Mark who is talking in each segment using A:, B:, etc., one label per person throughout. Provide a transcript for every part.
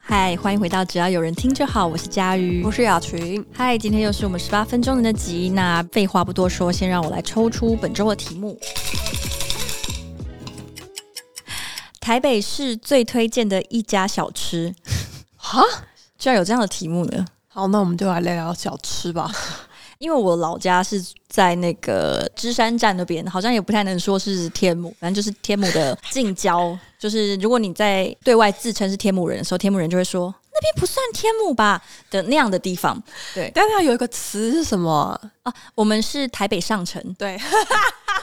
A: 嗨，欢迎回到只要有人听就好，我是佳瑜，
B: 我是雅群。
A: 嗨，今天又是我们十八分钟的那集，那废话不多说，先让我来抽出本周的题目。台北市最推荐的一家小吃，
B: 哈，
A: 居然有这样的题目呢？
B: 好，那我们就来聊聊小吃 吧。
A: 因为我老家是在那个芝山站那边，好像也不太能说是天母，反正就是天母的近郊。就是如果你在对外自称是天母人的时候，天母人就会说那边不算天母吧的那样的地方。对
B: 但它有一个词是什么？
A: 啊，我们是台北上城，啊
B: 对，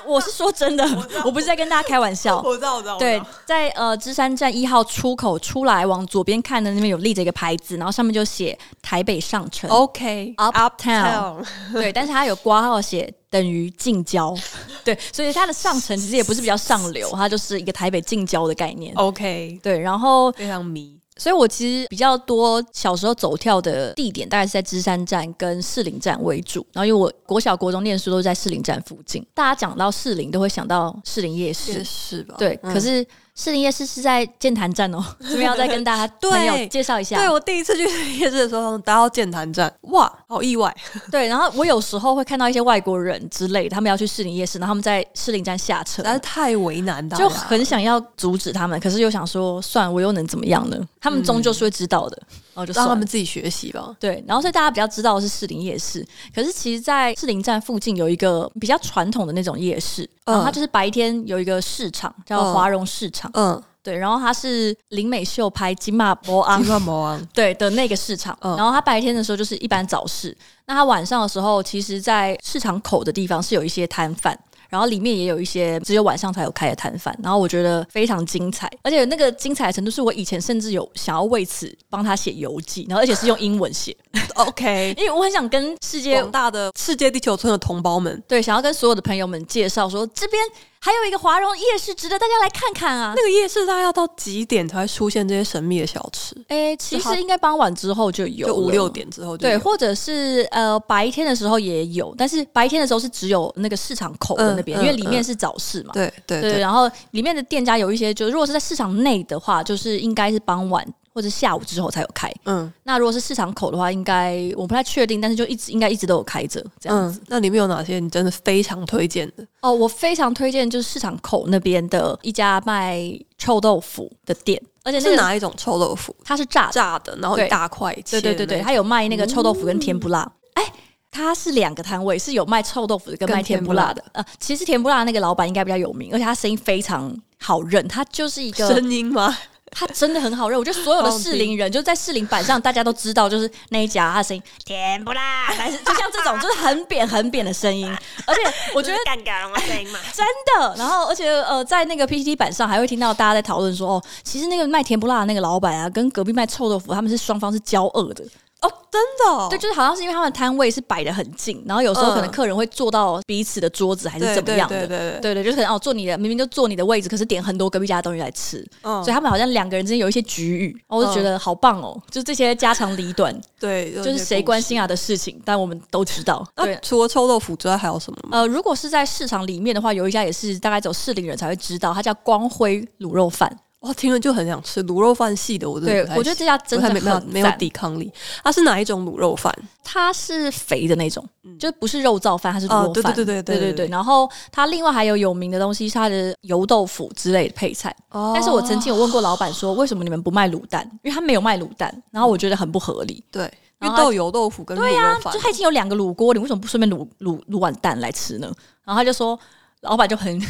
A: 我是说真的， 我不是在跟大家开玩笑。
B: 知 道，我知道
A: 对，在呃芝山站一号出口出来，往左边看的那边有立着一个牌子，然后上面就写台北上城。
B: ，OK。
A: Uptown，
B: Town
A: 对，但是它有挂号写等于近郊， 对，所以它的上层其实也不是比较上流，它就是一个台北近郊的概
B: 哦
A: 念。
B: OK，
A: 对，然后，
B: 非常迷。
A: 所以我其实比较多小时候走跳的地点，大概是在芝山站跟士林站为主。然后，因为我国小、国中念书都是在士林站附近，大家讲到士林都会想到士林夜市，
B: 是嗯吧
A: 对。可是士林夜市是在剑潭站 哦，这边要再跟大家朋友
B: 对
A: 介绍一下。
B: 对我第一次去夜市的时候，搭到剑潭站，哇，好意外。
A: 对，然后我有时候会看到一些外国人之类的，他们要去士林夜市，然后他们在士林站下车
B: 实，在是太为 难大家
A: 就
B: 了，
A: 很想要阻止他们，可是又想说，算了我又能怎么样呢？他们终究是会知道的，然后就算
B: 嗯让
A: 了
B: 他们自己学习吧。
A: 对，然后所以大家比较知道的是士林夜市，可是其实，在士林站附近有一个比较传统的那种夜市，然后它就是白天有一个市场叫
B: 嗯
A: 华荣市场，
B: 嗯，
A: 对，然后它是林美秀拍金马博昂
B: 金冠魔王，
A: 对的那个市场，
B: 嗯
A: 然后它白天的时候就是一般早市，那它晚上的时候，其实，在市场口的地方是有一些摊贩。然后里面也有一些只有晚上才有开的摊贩，然后我觉得非常精彩，而且那个精彩的程度是我以前甚至有想要为此帮他写游记，然后而且是用英文 写，
B: OK，
A: 因为我很想跟世界
B: 广大的世界地球村的同胞们，
A: 对想要跟所有的朋友们介绍说，这边还有一个华容夜市值得大家来看看啊。
B: 那个夜市大概要到几点才会出现这些神秘的小吃？
A: 诶，其实应该傍晚之后就有
B: 就五
A: 了
B: 六点之后就
A: 对，
B: 有，
A: 或者是呃白天的时候也有，但是白天的时候是只有那个市场口的那边，
B: 嗯
A: 因为里
B: 嗯
A: 面是早市嘛。
B: 对对对，
A: 然后里面的店家有一些，就是如果是在市场内的话，就是应该是傍晚或者下午之后才有开。
B: 嗯
A: 那如果是市场口的话，应该我不太确定，但是就一直应该一直都有开着这样子。
B: 嗯，那里面有哪些你真的非常推荐的？
A: 哦，我非常推荐就是市场口那边的一家卖臭豆腐的店，而且那
B: 是
A: 个
B: 哪一种臭豆腐？
A: 它是炸的，
B: 炸的，然后
A: 对
B: 一大块切
A: 对
B: 的那
A: 对
B: 种，
A: 对对，它有卖那个臭豆腐跟甜不辣。哎、它是两个摊位，是有卖臭豆腐的跟
B: 跟
A: 卖甜不辣
B: 甜
A: 的。呃，其实甜不辣那个老板应该比较有名，而且他声音非常好认，他就是一 个，
B: 声音 吗？
A: 他真的很好认。我觉得所有的士林人，就在士林板上，大家都知道，就是那一家，他的声音
C: 甜不辣，
A: 还是就像这种，就是很扁很扁的声音，而且我觉得
C: 干干我声音嘛。
A: 真的。然后，而且呃，在那个 PPT 版上还会听到大家在讨论说，哦，其实那个卖甜不辣的那个老板啊，跟隔壁卖臭豆腐，他们是双方是交恶的。
B: 哦，真的、哦，
A: 对，就是好像是因为他们的摊位是摆的很近，然后有时候可能
B: 嗯
A: 客人会坐到彼此的桌子还是
B: 对
A: 怎么样的。
B: 对对对对
A: 对就是可能哦，坐你的明明就坐你的位置，可是点很多隔壁家的东西来吃，
B: 嗯
A: 所以他们好像两个人之间有一些局域，然后我就觉得好棒哦，就是这些家长里短，
B: 对，
A: 就是谁关心
B: 啊？
A: 啊的事情，但我们都知道。
B: 那
A: 对，啊
B: 啊除了臭豆腐之外还有什么吗？
A: 呃，如果是在市场里面的话，有一家也是大概走适龄人才会知道，它叫光辉卤肉饭。
B: 哇，听了就很想吃卤肉饭系的，我真
A: 对
B: 的不，太
A: 我觉得这
B: 行
A: 家真的
B: 我还没没有
A: 很
B: 没有
A: 赞
B: 抵抗力。它是哪一种卤肉饭？
A: 它是肥的那种，就不是肉燥饭，它是卤肉饭、
B: 嗯哦对对
A: 对
B: 对对对
A: 对
B: 对对
A: 然后它另外还有有名的东西是它的油豆腐之类的配菜。
B: 哦
A: 但是我曾经有问过老板说，为什么你们不卖卤蛋？因为他没有卖卤蛋，然后我觉得很不合理。
B: 对，
A: 然
B: 因
A: 后它
B: 为都有油豆腐跟卤
A: 对呀、
B: 肉
A: 啊，
B: 饭
A: 就，他已经有两个卤锅，你为什么不顺便卤卤卤碗蛋来吃呢？然后他就说，老板就很。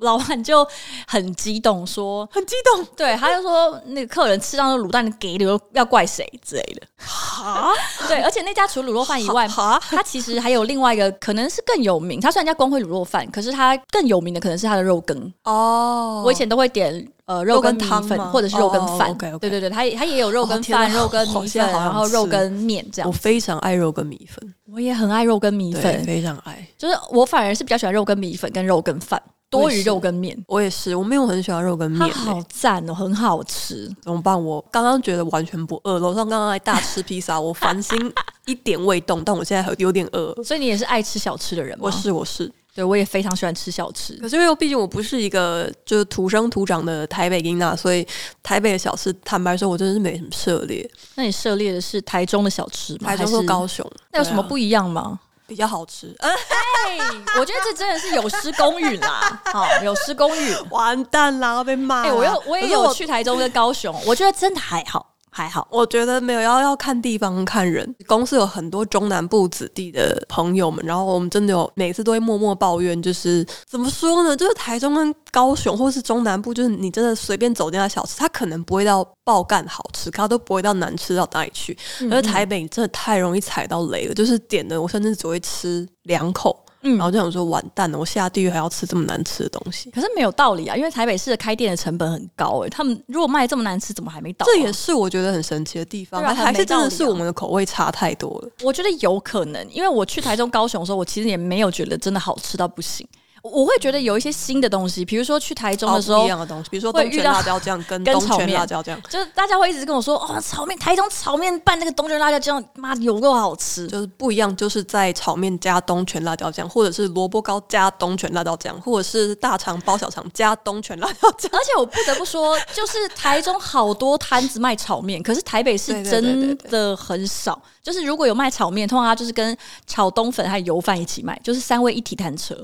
A: 老板就很激动说
B: 很激 动：“
A: 对，他就说那个客人吃到那卤蛋给的要怪谁之类的。”
B: 啊！
A: 对，而且那家除卤肉饭以外，
B: 哈
A: 它其实还有另外一个，可能是更有名。它虽然叫光辉卤肉饭，可是它更有名的可能是它的肉羹。
B: 哦，
A: 我以前都会点呃肉
B: 肉
A: 羹
B: 羹
A: 米
B: 汤
A: 粉
B: 吗
A: 或者是肉羹
B: 哦
A: 饭。
B: ，OK，OK
A: 对对对，它也它也有肉
B: 哦
A: 羹
B: 天
A: 饭、
B: 哪
A: 肉羹
B: 好
A: 米
B: 现
A: 粉，
B: 在好
A: 然后
B: 想
A: 肉
B: 吃
A: 羹面这样
B: 我。非常爱肉跟米粉，
A: 我也很爱肉羹米
B: 对，
A: 粉，
B: 非常爱。
A: 就是我反而是比较喜欢肉羹米粉跟肉羹饭，
B: 我
A: 多
B: 也
A: 于
B: 是
A: 肉羹面。
B: 我也是，我没有很喜欢肉跟面、
A: 它
B: 欸
A: 好赞哦，很好吃。
B: 怎么办？我刚刚觉得完全不饿，楼上刚刚还大吃披 萨，我烦心一点未动，但我现在有点饿。
A: 所以你也是爱吃小吃的人吗？
B: 我是我是，
A: 对我也非常喜欢吃小吃。
B: 可是因为毕竟我不是一个就是土生土长的台北囡娜，所以台北的小吃，坦白说，我真的是没什么涉猎。
A: 那你涉猎的是台中的小吃吗？
B: 台中
A: 还
B: 或
A: 是
B: 高雄，
A: 那有什么
B: 对啊
A: 不一样吗？
B: 比较好吃？嗯，
A: 哎、我觉得这真的是有失公允啦，好、有失公允。
B: 完蛋啦，要被骂
A: 哎、
B: 啦。
A: 我又我
B: 可
A: 也
B: 是
A: 有
B: 我
A: 去台中跟高雄，我觉得真的还好，还好。
B: 我觉得没有要要看地方看人，公司有很多中南部子弟的朋友们，然后我们真的有每次都会默默抱怨，就是怎么说呢？就是台中跟高雄或是中南部，就是你真的随便走进家小吃，它可能不会到爆干好吃，它都不会到难吃到哪里去。而台北真的太容易踩到雷了，就是点的我甚至只会吃两口，
A: 嗯
B: 然后就想说完蛋了，我下地狱还要吃这么难吃的东西。
A: 可是没有道理啊，因为台北市的开店的成本很高哎、他们如果卖这么难吃，怎么还没倒、啊
B: 这也，是我觉得很神奇的地方，
A: 对啊
B: 还
A: 很没
B: 是真
A: 道
B: 的
A: 理
B: 是
A: 啊
B: 我们的口味差太多了。
A: 我觉得有可能，因为我去台中、高雄的时候，我其实也没有觉得真的好吃到不行。我我会觉得有一些新的东西，比如说去台中的时
B: 哦不
A: 候
B: 一，样的东西，比如说
A: 会
B: 东
A: 遇
B: 泉
A: 到
B: 辣椒酱 跟
A: 跟
B: 东
A: 炒
B: 泉
A: 面
B: 辣椒酱，
A: 就是大家会一直跟我说，哦，炒面，台中炒面拌那个东京辣椒酱，妈有够好吃。
B: 就是不一样，就是在炒面加东泉辣椒酱，或者是萝卜糕加东泉辣椒酱，或者是大肠包小肠加东泉辣椒酱。
A: 而且我不得不说，就是台中好多摊子卖炒面，可是台北是
B: 对对对
A: 真
B: 对对
A: 的很少。就是如果有卖炒面，通常它就是跟炒冬粉还有油饭一起卖，就是三位一体摊车，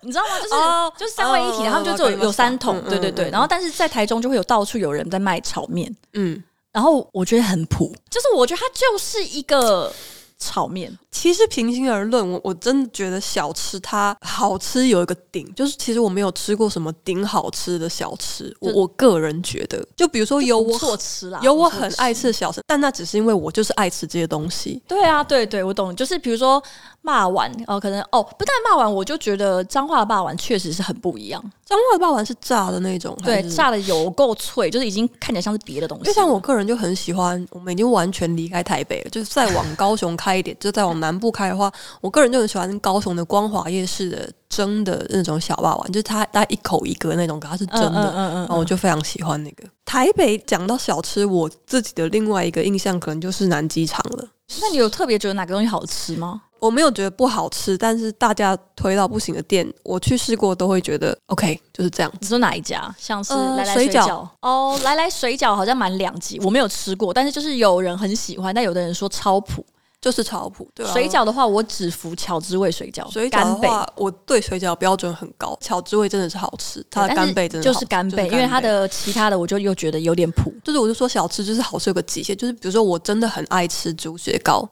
A: 你知道吗？就是、
B: 啊哦
A: 就是三位一体，
B: 哦
A: 他们就只
B: 我懂
A: 有有三桶
B: 嗯，嗯
A: 对对对。
B: 嗯
A: 然后但是在台中就会有到处有人在卖炒面，
B: 嗯，
A: 然后我觉得很普，就是我觉得它就是一个炒面，
B: 其实平心而论，我我真的觉得小吃它好吃有一个顶，就是其实我没有吃过什么顶好吃的小吃，我
A: 就
B: 我个人觉得，就比如说有
A: 不
B: 我
A: 错吃啦，
B: 有我
A: 不错
B: 很
A: 吃
B: 爱吃的小吃，但那只是因为我就是爱吃这些东西。
A: 对啊，对对，我懂，就是比如说骂完哦，可能哦，不但骂完，我就觉得彰化的霸王确实是很不一样，
B: 彰化的霸王是炸的那种，
A: 对
B: 还，是
A: 炸的有够脆，就是已经看起来像是别的东
B: 因
A: 西
B: 为。像我个人就很喜欢，我们已经完全离开台北了，就是再往高雄开一点，就再往南部开的话，我个人就很喜欢高雄的光华夜市的蒸的那种小霸王，就是它它一口一个那种，可它是蒸
A: 嗯
B: 的，哦
A: 嗯嗯
B: 然后我就非常喜欢那个。台北讲到小吃，我自己的另外一个印象可能就是南机场了。
A: 那你有特别觉得哪个东西好吃吗？
B: 我没有觉得不好吃，但是大家推到不行的店，我去试过都会觉得 OK，就是这样。
A: 你说哪一家？像是
B: 呃
A: 来来
B: 水
A: 水饺
B: 饺
A: 哦，来来水饺好像蛮两极，我没有吃过，但是就是有人很喜欢，但有的人说超普。
B: 就是炒谱，对啊
A: 水饺的话，我只服巧汁味水饺，
B: 水饺
A: 哦干
B: 的
A: 贝。
B: 话，我对水饺标准很高，巧之味真的是好吃，它的
A: 但
B: 干
A: 是
B: 贝真的
A: 就
B: 好
A: 是
B: 吃
A: 干贝，因为它。
B: 干
A: 的其他的我就又觉得有点普，
B: 就是我就说小吃就是好吃有个极限，就是比如说我真的很爱吃猪血糕，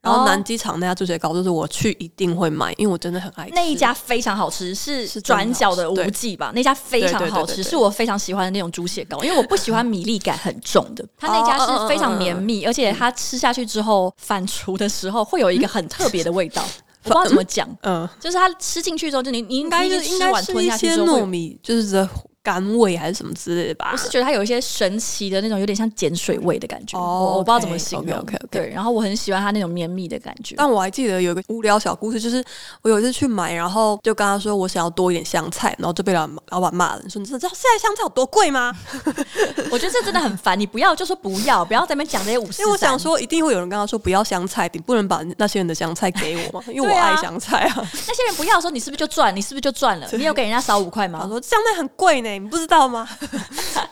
B: 然后
A: 哦
B: 南机场那家猪血糕就是我去一定会买，因为我真的很爱吃
A: 那一家非常好吃，是
B: 是真的好
A: 转
B: 吃
A: 角的无忌吧？那家非常好
B: 对对对
A: 吃，
B: 对对
A: 是我非常喜欢的那种猪血糕，因为我不喜欢米粒感很重的。它那家
B: 哦
A: 是非
B: 嗯
A: 常绵密，而且它吃下去之后反刍的时候会有一个很特别的味 道，我不知道怎么讲，
B: 嗯，
A: 就是它吃进去之后，就你你
B: 应该
A: 你已
B: 是
A: 经
B: 应
A: 吃
B: 该
A: 完
B: 是
A: 吞
B: 一
A: 下去
B: 些
A: 之后会
B: 糯
A: 有。
B: 米，就是的干味还是什么之类的吧
A: 我。是觉得它有一些神奇的那种，有点像碱水味的感觉，
B: 哦
A: 我我不知道怎么形容。
B: OK，OK，OK
A: 对，然后我很喜欢它那种绵密的感 觉。
B: 但我还记得有一个无聊小故事，就是我有一次去买，然后就跟他说我想要多一点香菜，然后就被老老板骂了，你说你知道现在香菜有多贵吗？
A: 我觉得这真的很烦，你不要就说不要，不要在那边讲这些五四
B: 因为我
A: 三
B: 想说，一定会有人跟他说不要香菜，你不能把那些人的香菜给 我嘛，因为我
A: 对啊
B: 爱香菜 啊。
A: 那些人不要的时候，你是不是就赚？你是不是就赚了？你有给人家少五块
B: 他
A: 吗？
B: 说香菜很贵呢，你不知道吗？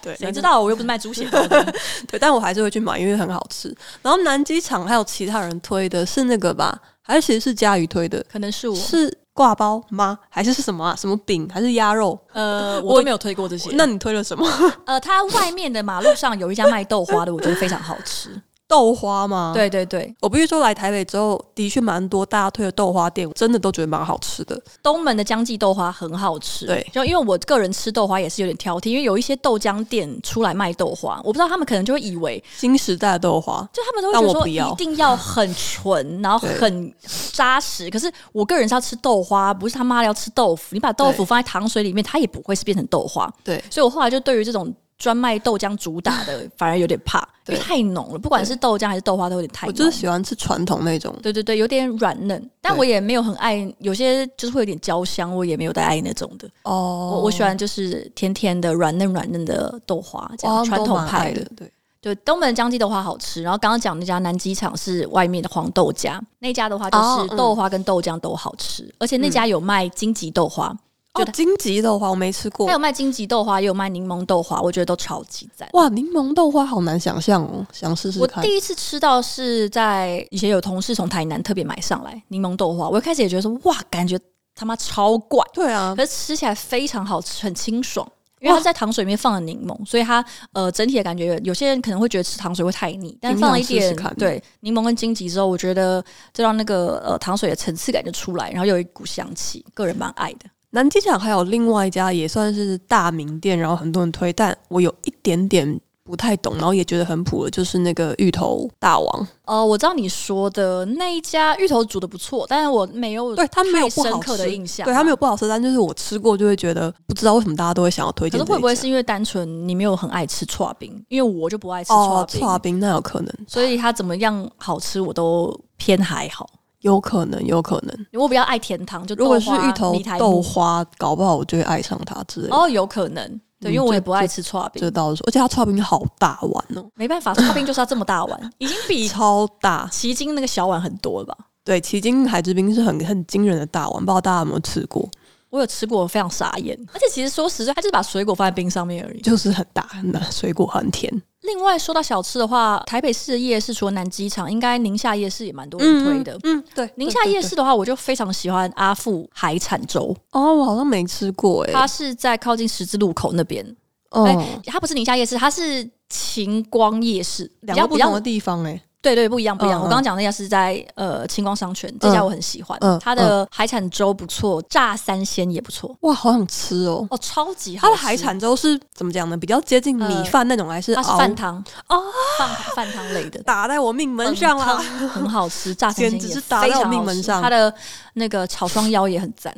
B: 对，
A: 谁知？道？我又不是卖啊猪血糕的。
B: 对，但我还是会去买，因为很好吃。然后南机场还有其他人推的是那个吧，还是其实是佳瑜推的，
A: 可能是我，
B: 是挂包吗？还是是什么啊？什么饼还是鸭肉？
A: 呃，
B: 我
A: 我都没有推过这些。
B: 那你推了什么？
A: 呃，它外面的马路上有一家卖豆花的，我觉得非常好吃。
B: 豆花吗？。
A: 对对对，
B: 我必须说，来台北之后，的确蛮多大家推的豆花店，我真的都觉得蛮好吃的。
A: 东门的江记豆花很好吃。
B: 对
A: 就因为我个人吃豆花也是有点挑剔，因为有一些豆浆店出来卖豆花，我不知道他们可能就会以为，
B: 新时代的豆花，
A: 就他们都会
B: 但
A: 觉得
B: 我
A: 说
B: 不要
A: 一定要很纯，然后
B: 对
A: 很扎实。可是我个人是要吃豆花，不是他妈的要吃豆腐。你把豆腐
B: 对
A: 放在糖水里面，它也不会是变成豆花。
B: 对，
A: 所以我后来就对于这种专卖豆浆主打 的反而有点怕，因
B: 对
A: 为太浓了，不管是豆浆还是豆花都有点太
B: 我
A: 浓。
B: 就是喜欢吃传统那种。
A: 对对对，有点软嫩，但
B: 对
A: 我也没有很爱，有些就是会有点焦香，我也没有太爱那种的。
B: 哦
A: 我我喜欢就是甜甜的、软嫩软嫩的豆花，这样、
B: 哦
A: 传
B: 都
A: 统
B: 蛮
A: 派
B: 爱的。，对，
A: 就东门江鸡豆花好吃，然后刚刚讲那家南机场是外面的黄豆家，那家的话就
B: 哦
A: 是
B: 嗯
A: 豆花跟豆浆都好吃，而且那家有卖荆棘豆花，就
B: 哦，
A: 它
B: 荆棘豆花我没吃过
A: 它，有卖荆棘豆花，也有卖柠檬豆花，我觉得都超级赞。
B: 哇，柠檬豆花好难想象哦，想试试
A: 我
B: 看。
A: 第一次吃到是在以前有同事从台南特别买上来柠檬豆花，我一开始也觉得说哇，感觉他妈超怪，
B: 对啊，
A: 可是吃起来非常好吃，很清爽。因为它
B: 哇
A: 在糖水里面放了柠檬，所以它呃整体的感觉有，有些人可能会觉得吃糖水会太腻，但
B: 挺
A: 放了一
B: 想试
A: 点
B: 试看的
A: 对柠檬跟荆棘之后，我觉得这让那个呃糖水的层次感就出来，然后有一股香气，个人蛮爱的。
B: 南机场还有另外一家也算是大名店，然后很多人推，但我有一点点不太懂，然后也觉得很普了，就是那个芋头大王，
A: 呃，我知道你说的那一家芋头煮的不错，但是我没有
B: 对他没有
A: 太
B: 不好
A: 深刻的
B: 吃
A: 印象啊，
B: 对它没有不好吃，但就是我吃过就会觉得不知道为什么大家都会想要推
A: 可是
B: 荐这一家。
A: 会不会是因为单纯你没有很爱吃串冰？因为我就不爱吃
B: 哦
A: 串，冰，
B: 刨冰那有可能，
A: 所以它怎么样好吃我都偏还好。
B: 有可能，有可能。
A: 我比较爱甜汤，就
B: 如果是芋
A: 豆花
B: 头
A: 米苔
B: 豆
A: 木
B: 花，搞不好我就会爱上它之类的。
A: 哦，有可能对，
B: 嗯
A: 因为我
B: 就
A: 也不爱吃串冰
B: 这，倒是，而且它刨冰好大碗哦，
A: 没办法，串冰就是要这么大碗，已经比
B: 超大。
A: 奇经那个小碗很多了吧？
B: 对，奇经海之冰是很很惊人的大碗，不知道大家有没有吃过，
A: 我有吃过，我非常傻眼。而且其实说实在，它就是把水果放在冰上面而已。
B: 就是很大，很大，水果很甜。
A: 另外说到小吃的话，台北市的夜市除了南机场，应该宁夏夜市也蛮多人推的。
B: 嗯，对，
A: 宁夏夜
B: 对对
A: 市的话，我就非常喜欢阿富海产粥。
B: 哦，我好像没吃过哎、
A: 它是在靠近十字路口那边，哎
B: 哦，
A: 它不是宁夏夜市，它是晴光夜市，比
B: 两
A: 较
B: 个不
A: 比
B: 同
A: 较
B: 的地方哎、
A: 对对不一样不一样。
B: 嗯
A: 我
B: 嗯
A: 刚刚讲那家是在呃晴光商圈，这家我很喜欢，
B: 嗯
A: 它的海产粥不错，炸三鲜也不错，
B: 哇，好想吃哦。
A: 哦，超级好
B: 它
A: 吃。
B: 的海产粥是怎么讲呢？比较接近米饭那种，还是
A: 呃它是
B: 熬啊
A: 饭汤哦，饭饭汤类的。
B: 打在我命门上啊
A: 很
B: 啦？
A: 汤很好吃，炸三鲜
B: 简直
A: 也
B: 是
A: 非
B: 打到
A: 常
B: 命
A: 好
B: 门
A: 吃
B: 上
A: 它的那个炒双腰也很赞，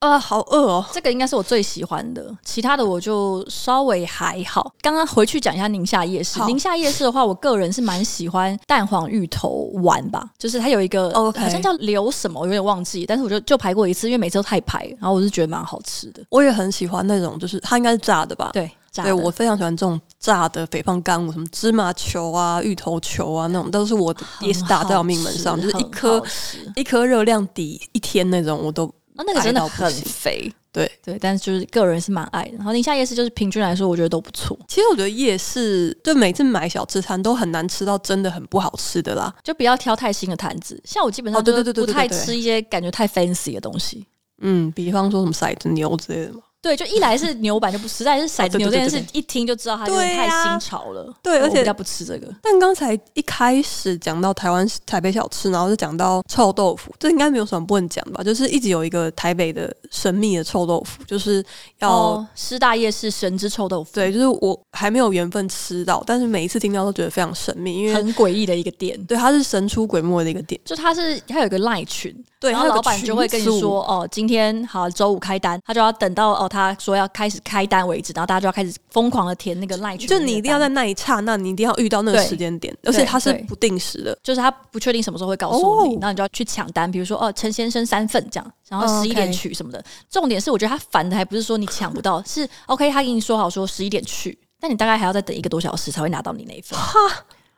B: 呃，好饿哦。
A: 这个应该是我最喜欢的，其他的我就稍微还好。刚刚回去讲一下宁夏夜市，
B: 好
A: 宁夏夜市的话，我个人是蛮喜欢蛋黄芋头丸吧，就是它有一个
B: OK
A: 好像叫刘什么，我有点忘记，但是我就就排过一次，因为每次都太排，然后我是觉得蛮好吃的。
B: 我也很喜欢那种，就是它应该是炸的吧？
A: 对，炸
B: 对
A: 的
B: 我非常喜欢这种炸的肥胖干物，什么芝麻球啊、芋头球啊那种，都是我的也是打在我命门上，
A: 很
B: 就
A: 哦嗯好吃
B: 是一颗
A: 很好吃
B: 一颗热量抵一天那种，我都
A: 啊，那个真的
B: 爱到
A: 很
B: 不行
A: 肥。
B: 对。
A: 对，但是就是个人是蛮爱的。然后宁夏夜市就是平均来说，我觉得都不错。
B: 其实我觉得夜市就每次买小吃摊都很难吃到真的很不好吃的啦。
A: 就不要挑太新的摊子，像我基本上
B: 哦对
A: 就是
B: 对对对
A: 不太
B: 对对对
A: 吃一些感觉太 fancy 的东西。
B: 嗯，比方说什么骰子牛之类的嘛。
A: 对，就一来是牛板，就不实在是骰子牛这件
B: 哦对
A: 事
B: 对，
A: 一听就知道它有点
B: 对啊
A: 太新潮了。
B: 对
A: 我
B: 而且
A: 比较不吃这个。
B: 但刚才一开始讲到台湾台北小吃，然后就讲到臭豆腐，这应该没有什么不能讲吧？就是一直有一个台北的神秘的臭豆腐，就是要、
A: 哦，师大夜市神之臭豆腐，
B: 对，就是我还没有缘分吃到，但是每一次听到都觉得非常神秘，因为
A: 很诡异的一个店。
B: 对它是神出鬼没的一个店，
A: 就它是它有一个赖群，
B: 对，
A: 然后
B: 它有个
A: 老板就会跟
B: 群
A: 你
B: 组
A: 说，哦，今天好周五开单，他就要等到哦他说要开始开单为止，然后大家就要开始疯狂的填那个赖群的
B: 就
A: 那个单，
B: 你一定要在那一刹那，你一定要遇到那个
A: 对
B: 时间点，而且它是
A: 对
B: 不定时的。
A: 就是他不确定什么时候会告诉你，
B: 哦
A: 那、你就要去抢单，比如说哦，陈先生三份这样，然后
B: 哦
A: 十一点
B: OK
A: 取什么的。重点是，我觉得他烦的还不是说你抢不到，是 OK，他给你说好说十一点去，但你大概还要再等一个多小时才会拿到你那一份。哈，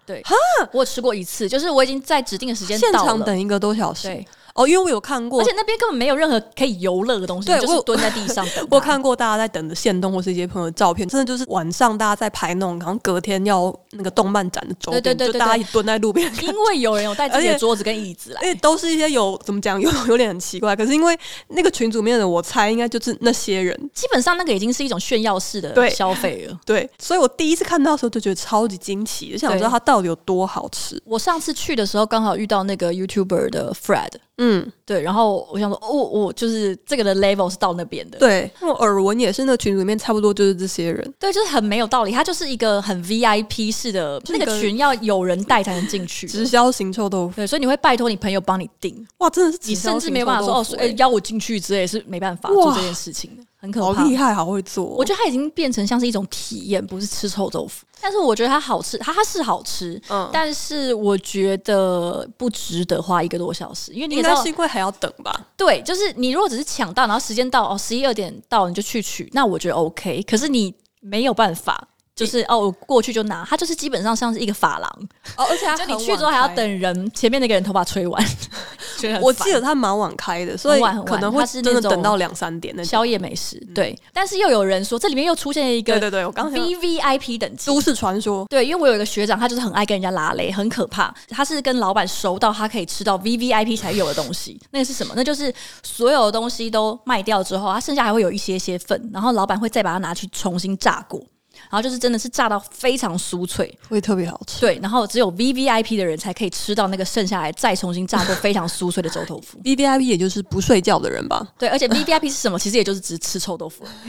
A: 对，哈，我有吃过一次，就是我已经在指定的时间
B: 现
A: 到
B: 场
A: 了，
B: 等一个多小时
A: 对，
B: 哦，因为我有看过
A: 而且，那边根本没有任何可以游乐的东西，
B: 对
A: 你就
B: 我
A: 是
B: 有
A: 蹲在地上等 它。
B: 我有看过大家在等的线动或是一些朋友的照片，真的就是晚上大家在排那种，好像隔天要那个动漫展的周边，
A: 对对对对
B: 就大家一蹲在路边看
A: 因。为有人有带自己的
B: 而且
A: 桌子跟椅子来
B: 而，且都是一些有怎么讲，有有点很奇怪。可是因为那个群组里面的，我猜应该就是那些人，
A: 基本上那个已经是一种炫耀式的
B: 对
A: 消费了。
B: 对。所以我第一次看到的时候就觉得超级惊奇，就想知道它到底有多好吃。
A: 我上次去的时候刚好遇到那个 YouTuber 的 Fred，
B: 嗯，
A: 对，然后我想说，哦，我就是这个的 level 是到那边的，
B: 对。我耳闻也是，那个群组里面差不多就是这些人。
A: 对，就是很没有道理，它就是一个很 VIP 式的
B: 是
A: 那
B: 一个
A: 个群，要有人带才能进去的。
B: 直销型臭豆腐，
A: 对，所以你会拜托你朋友帮你订，
B: 哇，真的是直
A: 你
B: 销
A: 甚至
B: 型
A: 没有办法
B: 臭
A: 说
B: 豆
A: 哦，
B: 腐
A: 说哎、
B: 欸
A: 邀我进去之类是没办法做
B: 哇
A: 这件事情的，很可
B: 好
A: 怕。
B: 厉害，好会做哦、
A: 我觉得它已经变成像是一种体验，不是吃臭豆腐。但是我觉得它好吃，它它是好吃，
B: 嗯
A: 但是我觉得不值得花一个多小时，因为你也
B: 应
A: 知
B: 该
A: 道
B: 是因为还要等吧？
A: 对，就是你如果只是抢到，然后时间到哦，十一二点到你就去取，那我觉得 OK。可是你没有办法，就是哦，我过去就拿，它就是基本上像是一个发廊，
B: 哦，而且 它
A: 就你
B: 很
A: 去之后
B: 晚
A: 还要
B: 开。
A: 等人前面那个人头发吹 完，觉得很
B: 我
A: 烦
B: 记得它蛮晚开的，所以
A: 很晚很晚
B: 可能会
A: 它是
B: 真
A: 那
B: 的
A: 种
B: 等到两三点那种。
A: 宵夜美食，对。但是又有人说，这里面又出现一
B: 嗯对
A: 个
B: 对对，我刚才
A: V V I P 等级
B: 都。市传说，
A: 对，因为我有一个学长，他就是很爱跟人家拉雷，很可怕。他是跟老板熟到他可以吃到 V V I P 才有的东西，那个是什么？那就是所有的东西都卖掉之后，他剩下还会有一些些份，然后老板会再把它拿去重新炸过，然后就是真的是炸到非常酥脆，
B: 会特别好吃。
A: 对。然后只有 V V I P 的人才可以吃到那个剩下来再重新炸过非常酥脆的臭豆腐。
B: V V I P 也就是不睡觉的人吧？
A: 对，而且 V V I P 是什么？其实也就是只吃臭豆腐，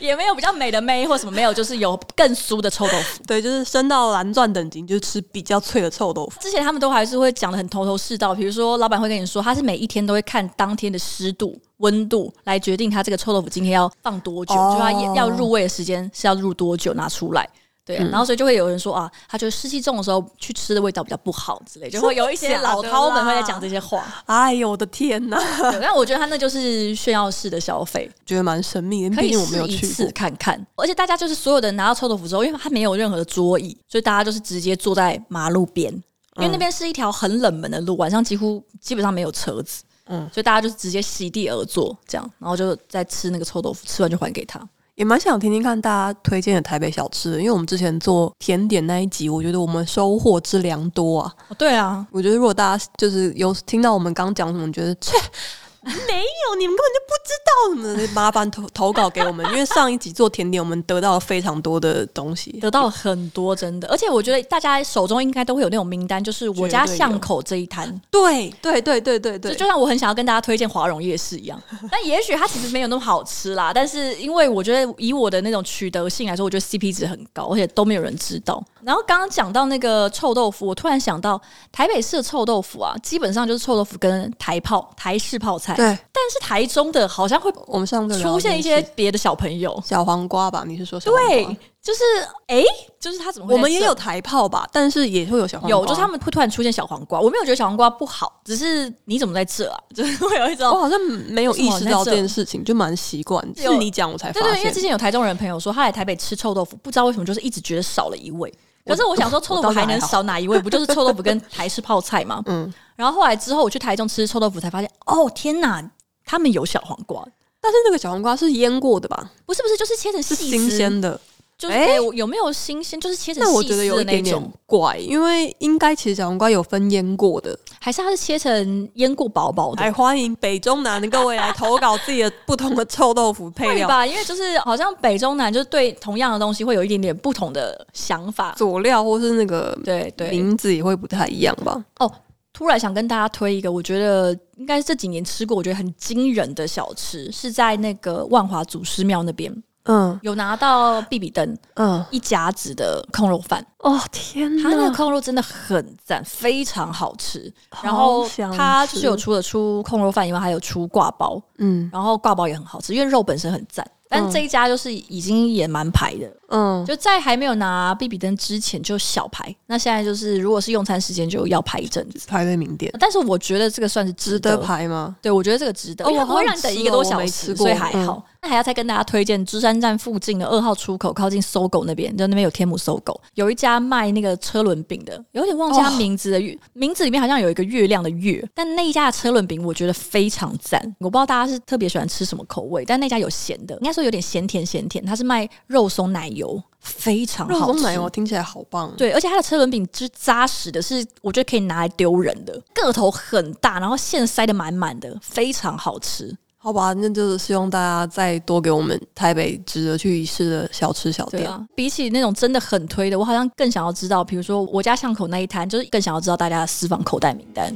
A: 也没有比较美的妹或什么，没有，就是有更酥的臭豆腐。
B: 对，就是升到蓝钻等级，就是吃比较脆的臭豆腐。
A: 之前他们都还是会讲的很头头是道，比如说老板会跟你说，他是每一天都会看当天的湿度、温度来决定他这个臭豆腐今天要放多久，
B: 哦
A: 就他要要入味的时间是要入多久拿出来。对，啊
B: 嗯
A: 然后所以就会有人说啊，他觉得湿气重的时候去吃的味道比较不好之类，就会有一些
B: 真的假
A: 老
B: 的
A: 饕们会在
B: 啦
A: 讲这些话。
B: 哎呦我的天哪，
A: 对但我觉得他那就是炫耀式的消费。
B: 觉得蛮神秘的，
A: 可
B: 毕
A: 以
B: 竟我没
A: 试
B: 有
A: 一
B: 去
A: 次
B: 过。
A: 看看，而且大家就是所有的人拿到臭豆腐之后，因为它没有任何的桌椅，所以大家就是直接坐在马路边，因
B: 嗯
A: 为那边是一条很冷门的路，晚上几乎基本上没有车子，嗯
B: 嗯，
A: 所以大家就是直接席地而坐这样，然后就在吃那个臭豆腐，吃完就还给他。
B: 也蛮想听听看大家推荐的台北小吃的，因为我们之前做甜点那一集，我觉得我们收获之良多啊。
A: 对啊，
B: 我觉得如果大家就是有听到我们刚讲什么，觉得切。没有，你们根本就不知道什么的，麻烦投投稿给我们，因为上一集做甜点，我们得到了非常多的东西。
A: 得到很多真的，而且我觉得大家手中应该都会有那种名单，就是我家
B: 绝对有
A: 巷口这一摊，
B: 对对对对对对
A: 就，就像我很想要跟大家推荐华荣夜市一 样，但也许它其实没有那么好吃啦。但是因为我觉得以我的那种取得性来说，我觉得 CP 值很高，而且都没有人知道。然后刚刚讲到那个臭豆腐，我突然想到台北市的臭豆腐啊，基本上就是臭豆腐跟台泡台式泡菜，
B: 对，
A: 但是台中的好像会
B: 我们上次聊
A: 出
B: 到
A: 现
B: 这
A: 一
B: 件
A: 些
B: 事
A: 别的小朋友，
B: 小黄瓜吧？你是说小黄瓜
A: 对，就是诶，就是他怎么会
B: 我们
A: 在
B: 也
A: 这
B: 有台炮吧，但是也会有小黄瓜。
A: 有，就是他们会突然出现小黄瓜，我没有觉得小黄瓜不好，只是你怎么在这啊？ 就是会有一种
B: 我好像没有意识到这件事情，就蛮习惯。
A: 有
B: 是你讲我才发
A: 对对，因为
B: 现
A: 之。前有台中人朋友说，他来台北吃臭豆腐，不知道为什么就是一直觉得少了一味。可是我想说，臭豆腐还能少哪一味？不就是臭豆腐跟台式泡菜吗？嗯
B: 嗯。
A: 然后后来之后，我去台中吃臭豆腐，才发现，哦天哪，他们有小黄瓜，
B: 但是那个小黄瓜是腌过的吧？
A: 不是不是，就是切成细
B: 是
A: 丝
B: 新，鲜的。
A: 就是、
B: 哎
A: 哎，我有没有新鲜？就是切成
B: 那我
A: 细
B: 觉
A: 丝
B: 得有
A: 的
B: 一
A: 那
B: 点
A: 种
B: 点，怪，因为应该其实小黄瓜有分腌过的。
A: 还是它是切成腌过薄薄的？
B: 来，欢迎北中南的各位来投稿自己的不同的臭豆腐配
A: 对
B: 料、
A: 吧？因为就是好像北中南就是对同样的东西会有一点点不同的想法。
B: 佐料，或是那个
A: 对对，
B: 名字也会不太一样吧？
A: 突然想跟大家推一个，我觉得应该是这几年吃过，我觉得很惊人的小吃，是在那个万华祖师庙那边
B: 嗯
A: 有拿到必比登
B: 嗯，
A: 一夹子的控肉饭，
B: 哦天
A: 它那个
B: 哪！
A: 控肉真的很赞，非常好吃。然
B: 好
A: 后
B: 想
A: 它就是有
B: 吃
A: 除了出控肉饭以外，还有出挂包，
B: 嗯
A: 然后挂包也很好吃，因为肉本身很赞。但
B: 嗯
A: 这一家就是已经也蛮排的，
B: 嗯，
A: 就在还没有拿必比登之前就小排，那现在就是如果是用餐时间就要排一阵子。
B: 排队名店
A: 但是我觉得这个算是值
B: 值得排吗？
A: 对，我觉得这个值得，
B: 哦
A: 因为它
B: 我
A: 不会
B: 好
A: 让
B: 想
A: 你等
B: 吃
A: 一个
B: 哦
A: 多
B: 我
A: 小
B: 没
A: 时，
B: 吃
A: 所以
B: 过
A: 还好。那还要再跟大家推荐芝山站附近的二号出口，靠近搜狗那边，就那边有天母搜狗，有一家卖那个车轮饼的，有点忘记它
B: 哦
A: 名字的月，名字里面好像有一个月亮的月，但那一家的车轮饼我觉得非常赞。我不知道大家是特别喜欢吃什么口味，但那家有咸的，应该说有点咸甜咸甜，它是卖肉松奶油，非常
B: 肉
A: 好
B: 松
A: 吃。
B: 奶油听起来好棒，啊
A: 对，而且它的车轮饼之扎实的是，我觉得可以拿来丢人的，个头很大，然后馅塞得满满的，非常好吃。
B: 好吧，那就是希望大家再多给我们台北值得去一试的小吃小
A: 对
B: 店。
A: 啊，比起那种真的很推的，我好像更想要知道，比如说我家巷口那一摊，就是更想要知道大家的私房口袋名单。